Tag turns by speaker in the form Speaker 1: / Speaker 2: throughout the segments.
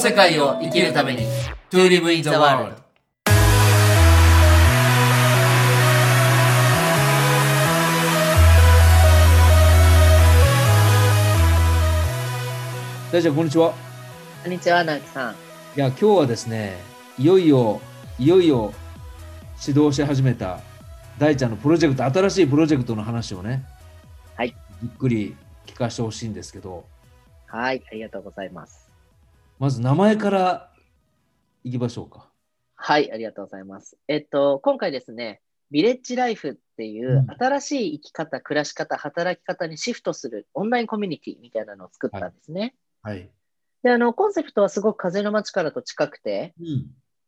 Speaker 1: 世界を生きるために To live in the world
Speaker 2: 大ちゃんこんにちは
Speaker 3: こんにちは、直樹さん。
Speaker 2: いや今日はですねいよいよいよいよ指導し始めた大ちゃんのプロジェクト新しいプロジェクトの話をね
Speaker 3: はい
Speaker 2: ゆっくり聞かせてほしいんですけど
Speaker 3: はい、ありがとうございます。
Speaker 2: まず名前からいきましょうか
Speaker 3: はい、ありがとうございます。えっと、今回ですね、ビレッジライフっていううん新しい生き方、暮らし方、働き方にシフトするオンラインコミュニティみたいなのを作ったんですね。
Speaker 2: はい、
Speaker 3: で、あの、コンセプトはすごく風の街からと近くて、
Speaker 2: うん、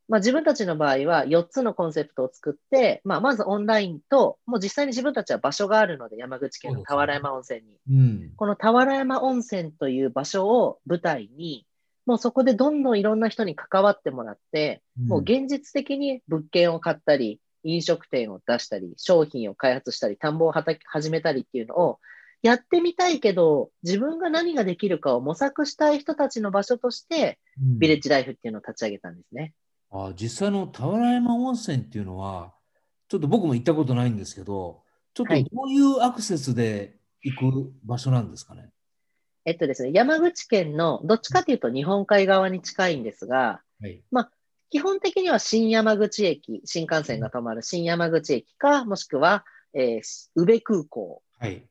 Speaker 3: まあ自分たちの場合は4つのコンセプトを作って、まあまずオンラインと、もう実際に自分たちは場所があるので、山口県の
Speaker 2: そうですね
Speaker 3: 俵山温泉に。
Speaker 2: うん
Speaker 3: この俵山温泉という場所を舞台に、もうそこでどんどんいろんな人に関わってもらって、もう現実的に物件を買ったり、飲食店を出したり、商品を開発したり、田んぼを畑始めたりっていうのをやってみたいけど、自分が何ができるかを模索したい人たちの場所として、
Speaker 2: うん
Speaker 3: ビレッジライフっていうのを立ち上げたんですね。
Speaker 2: あ実際の俵山温泉っていうのはちょっと僕も行ったことないんですけどちょっと
Speaker 3: はい
Speaker 2: どういうアクセスで行く場所なんですかね、
Speaker 3: えっとですね、山口県のどっちかというと日本海側に近いんですが、
Speaker 2: はい
Speaker 3: 基本的には新山口駅、新幹線が止まる新山口駅か、もしくは、えー宇部空港、
Speaker 2: はい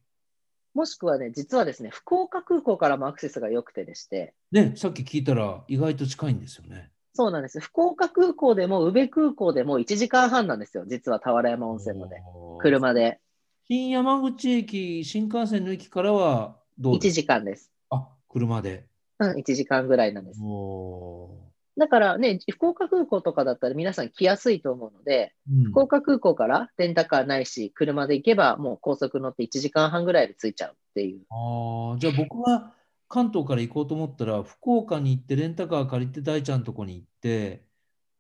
Speaker 3: もしくはね、実はですね、福岡空港からもアクセスが良くてでして、
Speaker 2: ね、さっき聞いたら意外と近いんですよね。
Speaker 3: そうなんです。福岡空港でも宇部空港でも1時間半なんですよ、実は俵山温泉まで。
Speaker 2: おー
Speaker 3: 車で
Speaker 2: 新山口駅、新幹線の駅からはどう
Speaker 3: 1
Speaker 2: ですか
Speaker 3: 時間です。
Speaker 2: あ車で。
Speaker 3: うん、1時間ぐらいなんです。
Speaker 2: おー
Speaker 3: だからね、福岡空港とかだったら皆さん来やすいと思うので、
Speaker 2: うん
Speaker 3: 福岡空港からレンタカーないし、車で行けばもう高速乗って1時間半ぐらいで着いちゃうっていう。
Speaker 2: あーじゃあ僕は関東から行こうと思ったら、福岡に行って、レンタカー借りて大ちゃんのとこに行って、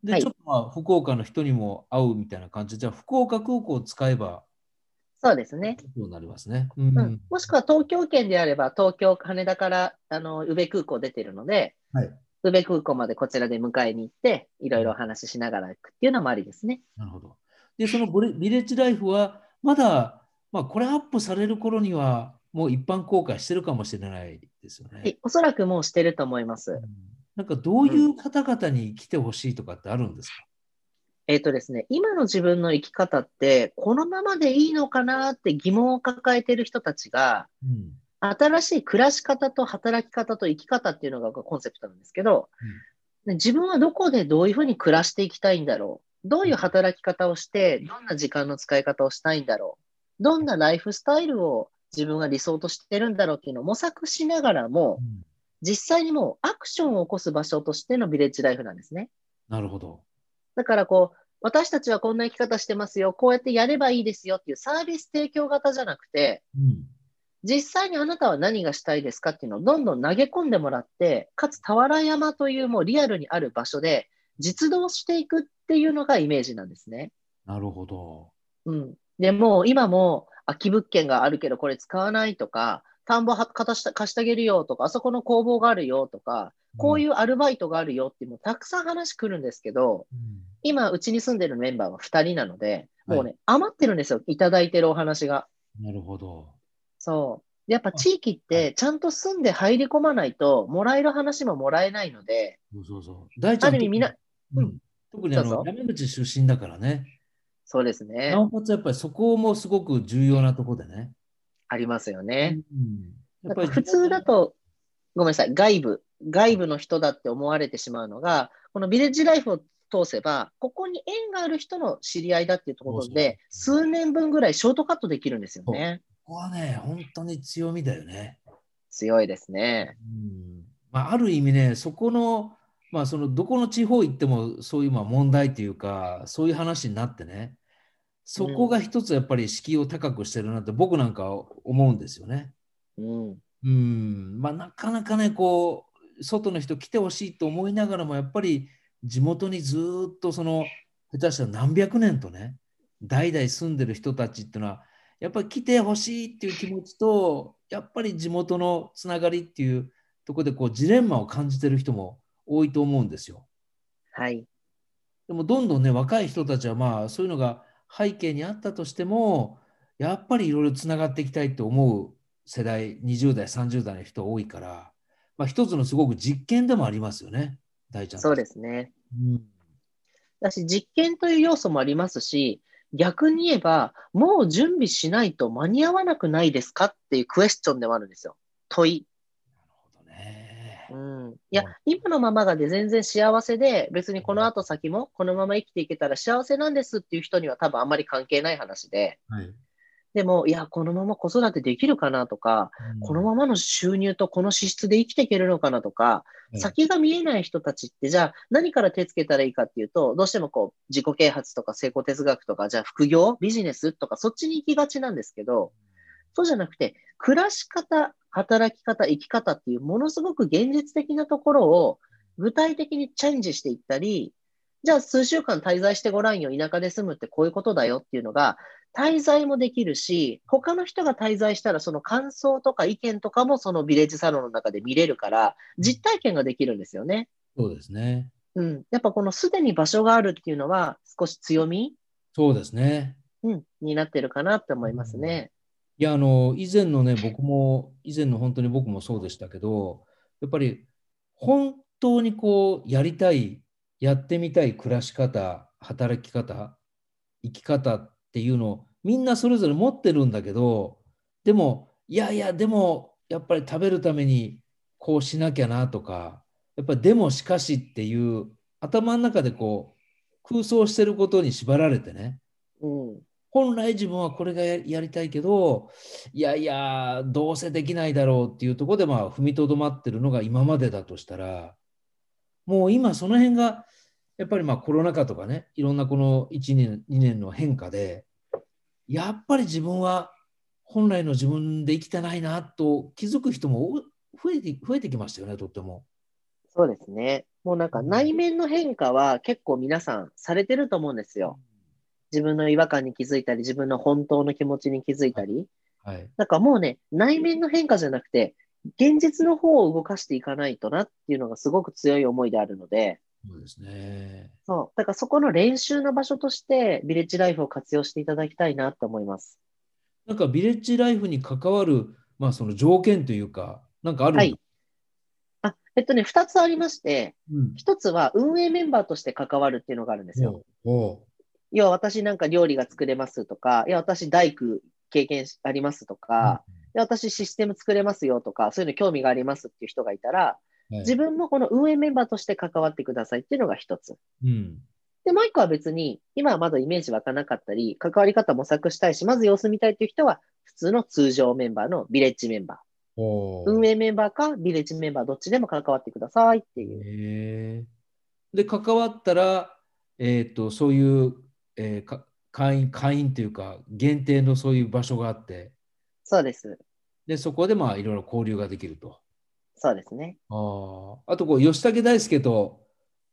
Speaker 2: で、
Speaker 3: はい
Speaker 2: ちょっとまあ福岡の人にも会うみたいな感じで、じゃあ福岡空港を使えば
Speaker 3: そうですね。
Speaker 2: そうなりますね。うん
Speaker 3: うん、もしくは東京圏であれば、東京、羽田からあの宇部空港出てるので、
Speaker 2: はい
Speaker 3: 宇部空港までこちらで迎えに行って、いろいろお話ししながら行くっていうのもありですね。
Speaker 2: なるほど。で、そのブレビレッジライフは、まだ、まあ、これアップされる頃には、もう一般公開してるかもしれないですよね。
Speaker 3: はいおそらくもうしてると思いま
Speaker 2: う
Speaker 3: す
Speaker 2: ん。なんか、どういう方々に来てほしいとかってあるんですか、
Speaker 3: えっ、とですね、今の自分の生き方って、このままでいいのかなって疑問を抱えてる人たちが、
Speaker 2: うん
Speaker 3: 新しい暮らし方と働き方と生き方っていうのがコンセプトなんですけど、で自分はどこでどういうふうに暮らしていきたいんだろうどういう働き方をして、どんな時間の使い方をしたいんだろうどんなライフスタイルを自分が理想としてるんだろうっていうのを模索しながらも、
Speaker 2: うん
Speaker 3: 実際にもうアクションを起こす場所としてのビレッジライフなんですね。
Speaker 2: なるほど。
Speaker 3: だからこう、私たちはこんな生き方してますよ、こうやってやればいいですよっていうサービス提供型じゃなくて、
Speaker 2: うん
Speaker 3: 実際にあなたは何がしたいですかっていうのをどんどん投げ込んでもらって、かつ俵山というもうリアルにある場所で実動していくっていうのがイメージなんですね。
Speaker 2: なるほど。、
Speaker 3: うん。でもう今も空き物件があるけどこれ使わないとか、田んぼは貸した貸してあげるよとか、あそこの工房があるよとか、こういううアルバイトがあるよってもうたくさん話来るんですけど、
Speaker 2: うん
Speaker 3: 今うちに住んでるメンバーは2人なので、もう
Speaker 2: は
Speaker 3: ね、余ってるんですよ。いただいてるお話が。
Speaker 2: なるほど。
Speaker 3: そう。でやっぱ地域っ
Speaker 2: は
Speaker 3: て、ちゃんと住んで入り込まないと、もらえる話ももらえないので、
Speaker 2: そうそうそう。大ちゃ
Speaker 3: あ
Speaker 2: ん
Speaker 3: る意味みな、
Speaker 2: 特
Speaker 3: う
Speaker 2: にうんん特にあの
Speaker 3: どうぞ
Speaker 2: 山口出身だからね。
Speaker 3: そうですね
Speaker 2: な。おかつやっぱりそこもすごく重要なとこでね。
Speaker 3: ありますよね。
Speaker 2: うん、やっぱり
Speaker 3: 普通だと、ごめんなさい、外部、外部の人だって思われてしまうのが、このビレッジライフを通せば、ここに縁がある人の知り合いだっていうところで、
Speaker 2: そう
Speaker 3: 数年分ぐらいショートカットできるんですよね。
Speaker 2: ここはね、本当に強みだよね。
Speaker 3: 強いですね。
Speaker 2: うんまあ、ある意味ね、そこの、まあ、そのどこの地方行ってもそういうまあ問題というか、そういう話になってね、そこが一つやっぱり敷居を高くしてるなって僕なんか思うんですよね。
Speaker 3: うん。
Speaker 2: うんまあ、なかなかね、こう、外の人来てほしいと思いながらも、やっぱり地元にずーっとその、下手したら何百年とね、代々住んでる人たちっていうのは、やっぱり来てほしいっていう気持ちと、やっぱり地元のつながりっていうところでこうジレンマを感じてる人も多いと思うんですよ。
Speaker 3: はい。
Speaker 2: でもどんどんね、若い人たちはまあ、そういうのが背景にあったとしても、やっぱりいろいろつながっていきたいと思う世代、20代、30代の人多いから、まあ、一つのすごく実験でもありますよね、大ちゃん。。
Speaker 3: そうですすね。
Speaker 2: うん、
Speaker 3: だし、実験という要素もありますし、逆に言えば、もう準備しないと間に合わなくないですかっていうクエスチョンでもあるんですよ。問い。
Speaker 2: そうだね
Speaker 3: うん。いや、今のままがで全然幸せで、別にこの後先もこのまま生きていけたら幸せなんですっていう人には多分あんまり関係ない話で、
Speaker 2: はい、
Speaker 3: でも、いや、このまま子育てできるかなとか、このままの収入とこの支出で生きていけるのかなとか、
Speaker 2: うん
Speaker 3: 先が見えない人たちって、じゃあ何から手つけたらいいかっていうと、どうしてもこう、自己啓発とか成功哲学とか、じゃあ副業、ビジネスとか、そっちに行きがちなんですけど、そうじゃなくて、暮らし方、働き方、生き方っていう、ものすごく現実的なところを具体的にチェンジしていったり、じゃあ数週間滞在してごらんよ、田舎で住むってこういうことだよっていうのが、滞在もできるし、他の人が滞在したらその感想とか意見とかもそのビレッジサロンの中で見れるから、実体験ができるんですよね。
Speaker 2: そうですね。
Speaker 3: うん。やっぱこのすでに場所があるっていうのは少し強み、
Speaker 2: そうですね。
Speaker 3: うん、になってるかなって思いますね。
Speaker 2: いや、あの、以前のね、僕も、以前の本当に僕もそうでしたけど、やっぱり本当にこう、やりたい、やってみたい暮らし方、働き方、生き方っていうのを、みんなそれぞれ持ってるんだけど、でも、いやいや、でも、やっぱり食べるためにこうしなきゃなとか、やっぱりでもしかしっていう、頭の中でこう、空想してることに縛られてね、
Speaker 3: うん。
Speaker 2: 本来自分はこれがややりたいけど、いやいや、どうせできないだろうっていうところで、まあ、踏みとどまってるのが今までだとしたら、もう今その辺が、やっぱりまあコロナ禍とかね、いろんなこの1年、2年の変化で、やっぱり自分は本来の自分で生きてないなと気づく人も多増えて増えてきましたよね、とっても。
Speaker 3: そうですね。もうなんか内面の変化は結構皆さんされてると思うんですよ。自分の違和感に気づいたり、自分の本当の気持ちに気づいたり。
Speaker 2: はい、
Speaker 3: なんかもうね、内面の変化じゃなくて、現実の方を動かしていかないとなっていうのがすごく強い思いであるので、
Speaker 2: そうですね。
Speaker 3: そう。だからそこの練習の場所として、ビレッジライフを活用していただきたいなと思います。
Speaker 2: なんかビレッジライフに関わる、まあ、その条件というか、なんかあるん
Speaker 3: はいあ、えっとね、二つありまして、
Speaker 2: うん、
Speaker 3: 一つは運営メンバーとして関わるっていうのがあるんですよ。
Speaker 2: おお
Speaker 3: 要は私なんか料理が作れますとか、いや、私大工経験しありますとか、で私システム作れますよとか、そういうの興味がありますっていう人がいたら、
Speaker 2: はい
Speaker 3: 自分もこの運営メンバーとして関わってくださいっていうのが一つ。
Speaker 2: うん、
Speaker 3: で、もう一個は別に、今はまだイメージ湧かなかったり、関わり方模索したいし、まず様子見たいっていう人は、普通の通常メンバーのビレッジメンバ
Speaker 2: お
Speaker 3: ー。運
Speaker 2: 営
Speaker 3: 営メンバーかビレッジメンバーどっちでも関わってくださいっていう。
Speaker 2: で関わったら、えー、とそういう、えーか会員会員というか限定のそういう場所があって
Speaker 3: そうです。
Speaker 2: でそこでまあいろいろ交流ができると
Speaker 3: そうですね。
Speaker 2: あーあとこう吉武大輔と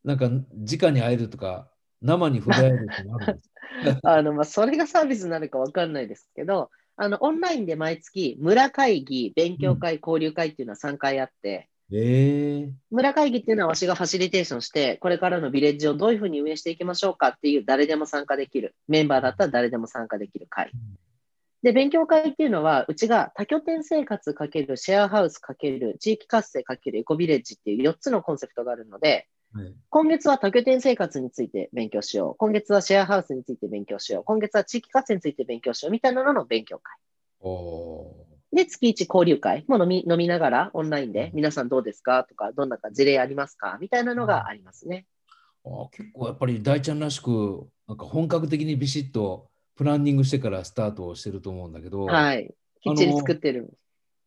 Speaker 2: なんか直に会えるとか生に触れ合えるとかもあるんです
Speaker 3: あの、まあ、それがサービスなのかわかんないですけど、あの、オンラインで毎月、村会議、勉強会、交流会っていうのは3回あって、
Speaker 2: ええ
Speaker 3: 村会議っていうのはわしがファシリテーションして、これからのビレッジをどういうふうに運営していきましょうかっていう誰でも参加できる。メンバーだったら誰でも参加できる会
Speaker 2: ん。
Speaker 3: で、勉強会っていうのは、うちが多拠点生活かけるシェアハウスかける地域活性かけるエコビレッジっていう4つのコンセプトがあるので、
Speaker 2: はい
Speaker 3: 今月は多拠点生活について勉強しよう。今月はシェアハウスについて勉強しよう。今月は地域活性について勉強しよう。みたいなのの勉強会。
Speaker 2: お
Speaker 3: で、月1交流会、もう飲み飲みながらオンラインで、皆さんどうですかとか、どんなか事例ありますかみたいなのがありますね。
Speaker 2: あー結構やっぱり大ちゃんらしくなんか本格的にビシッとプランニングしてからスタートをしてると思うんだけど、
Speaker 3: はい。きっちり作ってる。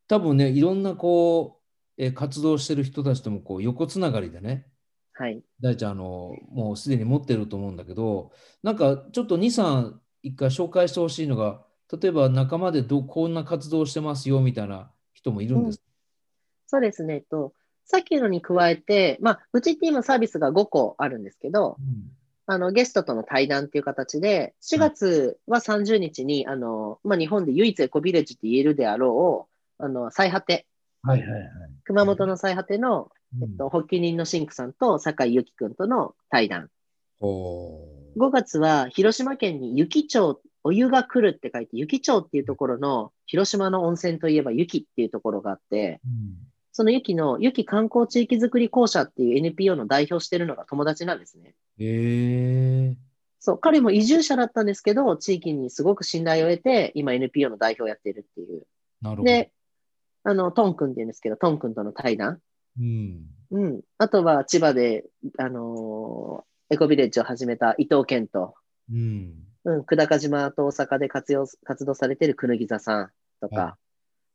Speaker 2: 多分ねいろんなこう、えー活動してる人たちともこう横つながりでね
Speaker 3: はい。
Speaker 2: 大ちゃんあのもうすでに持ってると思うんだけどなんかちょっと23一回紹介してほしいのが例えば仲間でどうこんな活動してますよみたいな人もいるんです、
Speaker 3: そうですね。えっと、さっきのに加えて、まあ、うちって今サービスが5個あるんですけど、あの、ゲストとの対談っていう形で、4月は30日に、あの、まあ、日本で唯一エコビレッジって言えるであろう、あの、最果て、
Speaker 2: はいはいはい、
Speaker 3: 熊本の最果てのえっと、発起人のシンクさんと酒井由紀くんとの対談。5月は広島県に湯木町、お湯が来るって書いて、湯木町っていうところの、広島の温泉といえば湯木っていうところがあって、その湯木の湯木観光地域づくり公社っていう NPO の代表してるのが友達なんですね。
Speaker 2: ええ
Speaker 3: そう、彼も移住者だったんですけど、地域にすごく信頼を得て、今 NPO の代表をやってるっていう。
Speaker 2: なるほど。
Speaker 3: で、あの、トン君って言うんですけど、トン君との対談。
Speaker 2: うん。
Speaker 3: うん。あとは千葉で、あのーエコビレッジを始めた伊藤健と、
Speaker 2: うん。
Speaker 3: うん、久高島と大阪で活用、活動されてるくぬぎ座さんとか、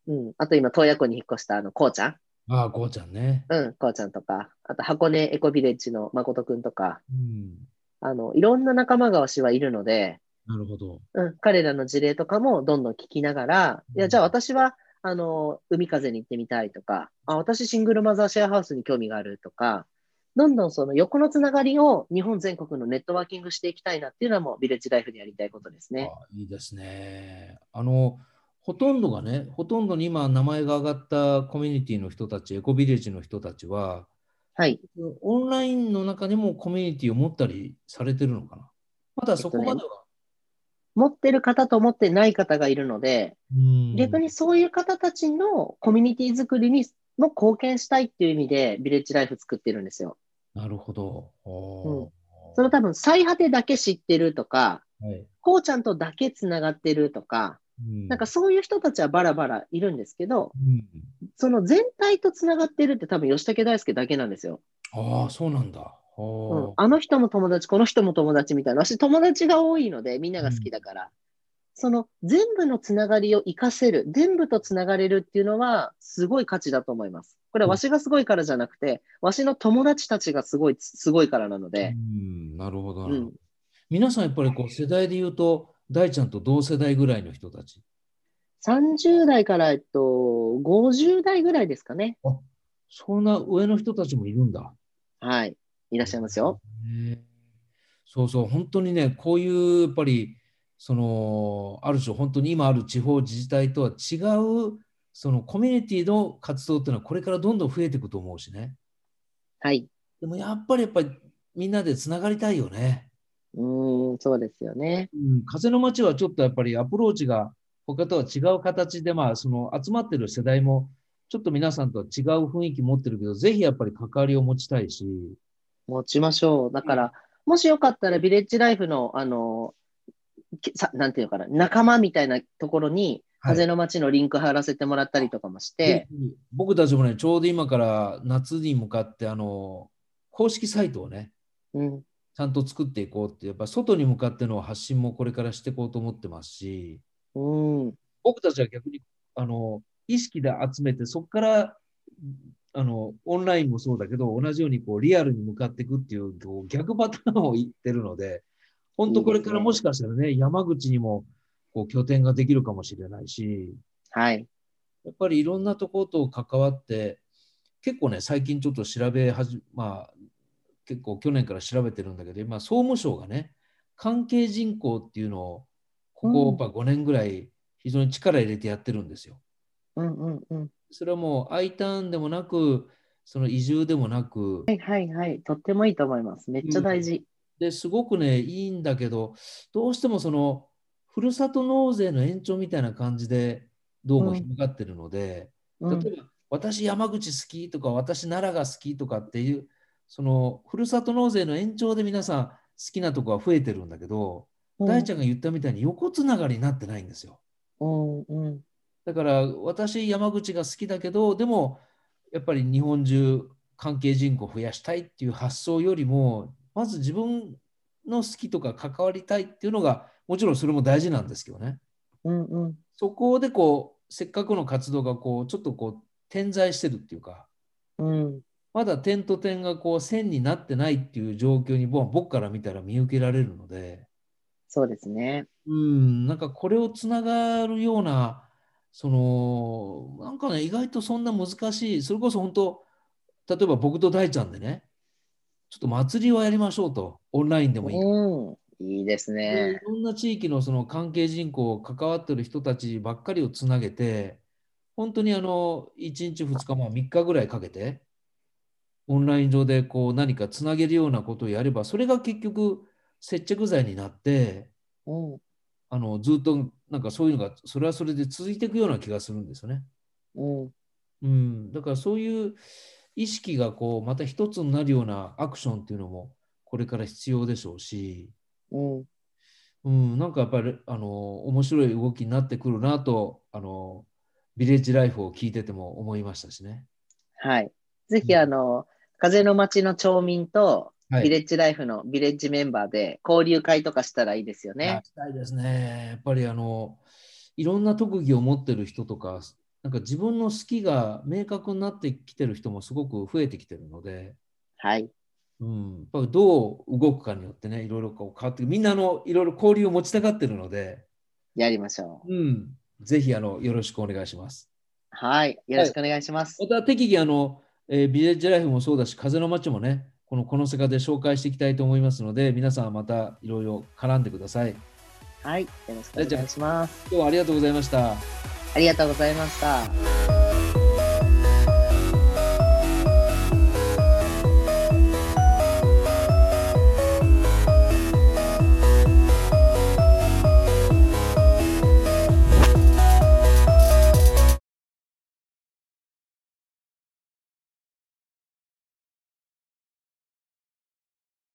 Speaker 3: うん。あと今、洞爺湖に引っ越したあの、こうちゃん。
Speaker 2: ああ、こうちゃんね。
Speaker 3: うん、こうちゃんとか、あと箱根エコビレッジの誠くんとか、
Speaker 2: うん。
Speaker 3: あの、いろんな仲間がわしはいるので、
Speaker 2: なるほど。
Speaker 3: うん、彼らの事例とかもどんどん聞きながら、
Speaker 2: うん
Speaker 3: いや、じゃあ私は、あの、海風に行ってみたいとか、あ、私シングルマザーシェアハウスに興味があるとか、どんどんその横のつながりを日本全国のネットワーキングしていきたいなっていうのはもうビレッジライフでやりたいことですね。
Speaker 2: あいいですね。あの、ほとんどがね、ほとんどに今名前が上がったコミュニティの人たち、エコビレッジの人たちは、
Speaker 3: はい。
Speaker 2: オンラインの中にもコミュニティを持ったりされてるのかなまだそこまでは。
Speaker 3: 持ってる方と持ってない方がいるので、
Speaker 2: うん
Speaker 3: 逆にそういう方たちのコミュニティ作りにも貢献したいっていう意味でビレッジライフ作ってるんですよ。
Speaker 2: なるほど。
Speaker 3: うん
Speaker 2: そ
Speaker 3: その多分、最果てだけ知ってるとか、
Speaker 2: はい
Speaker 3: こうちゃんとだけつながってるとか、
Speaker 2: うん
Speaker 3: なんかそういう人たちはバラバラいるんですけど、
Speaker 2: うん
Speaker 3: その全体とつながってるって多分吉武大輔だけなんですよ。
Speaker 2: ああ、そうなんだ。あ
Speaker 3: う
Speaker 2: ー
Speaker 3: ん、あの人も友達、この人も友達みたいな。私友達が多いのでみんなが好きだから、その全部のつながりを活かせる、全部とつながれるっていうのはすごい価値だと思います。これはわしがすごいからじゃなくて、わしの友達たちがすごい、すごいからなの
Speaker 2: う
Speaker 3: で。
Speaker 2: んなるほど、
Speaker 3: う
Speaker 2: なるほ
Speaker 3: ん
Speaker 2: ど。皆さんやっぱりこう世代で言うと、大ちゃんと同世代ぐらいの人たち。
Speaker 3: 30代から、えっと、50代ぐらいですかね。
Speaker 2: そんな上の人たちもいるんだ。
Speaker 3: はい。いらっしゃいますよ。
Speaker 2: ねそうそう、本当にね、こういうやっぱり、そのある種、本当に今ある地方自治体とは違う、そのコミュニティの活動っていうのは、これからどんどん増えていくと思うしね。
Speaker 3: はい。
Speaker 2: でもやっぱり、やっぱりみんなでつながりたいよね。
Speaker 3: うーん、そうですよね。
Speaker 2: うん、風の街はちょっとやっぱりアプローチが他とは違う形で、まあ、その集まってる世代も、ちょっと皆さんとは違う雰囲気持ってるけど、ぜひやっぱり関わりを持ちたいし。
Speaker 3: 持ちましょう。だから、もしよかったら、ビレッジライフの、あの、きさなんていうのかな、仲間みたいなところに、
Speaker 2: はい
Speaker 3: 風の街のリンク貼らせてもらったりとかもして、
Speaker 2: 僕たちもね、ちょうど今から夏に向かって、あの、公式サイトをね、
Speaker 3: うん、
Speaker 2: ちゃんと作っていこうって、やっぱ外に向かっての発信もこれからしていこうと思ってますし、
Speaker 3: うん、
Speaker 2: 僕たちは逆に、あの、意識で集めて、そこから、あの、オンラインもそうだけど、同じようにこうリアルに向かっていくっていう、こう逆パターンを言ってるので、本当これからもしかしたらね、山口にもこう拠点ができるかもしれないし、
Speaker 3: はい、
Speaker 2: やっぱりいろんなところと関わって、結構ね、最近ちょっと調べはじ、まあ、結構去年から調べてるんだけど、今、総務省がね、関係人口っていうのを、ここ
Speaker 3: うん
Speaker 2: やっぱ5年ぐらい、非常に力入れてやってるんですよ。
Speaker 3: うん、うん、うん、
Speaker 2: それはもう、I ターンでもなく、その移住でもなく、
Speaker 3: はい、はい、はい、とってもいいと思います。めっちゃ大事。
Speaker 2: ですごくね、いいんだけど、どうしてもその、ふるさと納税の延長みたいな感じで、どうも広がってるので、
Speaker 3: う
Speaker 2: 例
Speaker 3: ん、
Speaker 2: えば、私山口好きとか私奈良が好きとかっていうそのふるさと納税の延長で皆さん好きなとこは増えてるんだけど、大ちゃんが言ったみたいに横つながりになってないんですよ
Speaker 3: うん、うん、
Speaker 2: だから私山口が好きだけどでもやっぱり日本中関係人口を増やしたいっていう発想よりもまず自分の好きとか関わりたいっていうのがもちろんそれも大事なんですけどね
Speaker 3: うん、うん、
Speaker 2: そこでこうせっかくの活動がこうちょっとこう点在してるっていうか
Speaker 3: うん、
Speaker 2: まだ点と点がこう線になってないっていう状況にぼ僕から見たら見受けられるので、
Speaker 3: そうですね。
Speaker 2: うん、なんかこれをつながるような、その、なんかね、意外とそんな難しい、それこそ本当、例えば僕と大ちゃんでね、ちょっと祭りをやりましょうと、オンラインでもいいから。
Speaker 3: うん、いいです
Speaker 2: でい
Speaker 3: ね。
Speaker 2: ろんな地域のその関係人口、関わってる人たちばっかりをつなげて、本当にあの1日、2日、まあ、3日ぐらいかけて、オンライン上でこう何かつなげるようなことをやれば、それが結局接着剤になって、
Speaker 3: うん。
Speaker 2: あのずっとなんかそういうのが、それはそれで続いていくような気がするんですよね。
Speaker 3: うん。
Speaker 2: うん、だからそういう意識がこうまた一つになるようなアクションっていうのもこれから必要でしょうし、
Speaker 3: うん。
Speaker 2: うん、なんかやっぱりあの面白い動きになってくるなとあのビレッジライフを聞いてても思いましたしね。
Speaker 3: はい。ぜひ、
Speaker 2: うん
Speaker 3: あの、風の町の町民と、
Speaker 2: は
Speaker 3: ビレッジライフのビレッジメンバーで交流会とかしたらいいですよね
Speaker 2: あ。したいですね。やっぱりあのいろんな特技を持ってる人とか、なんか自分の好きが明確になってきてる人もすごく増えてきてるので、
Speaker 3: はい。
Speaker 2: うん、やっぱりどう動くかによってね、いろいろこう変わってくるみんなあのいろいろ交流を持ちたがってるので、
Speaker 3: やりましょう。
Speaker 2: うん、ぜひあのよろしくお願いします。
Speaker 3: はい。よろしくお願いします。
Speaker 2: また適宜あの、えービレッジライフもそうだし、風の街もね、このこの世界で紹介していきたいと思いますので、皆さんまたいろいろ絡んでください。
Speaker 3: はい。よろしくお願いします。
Speaker 2: 今日はありがとうございました。
Speaker 3: ありがとうございました。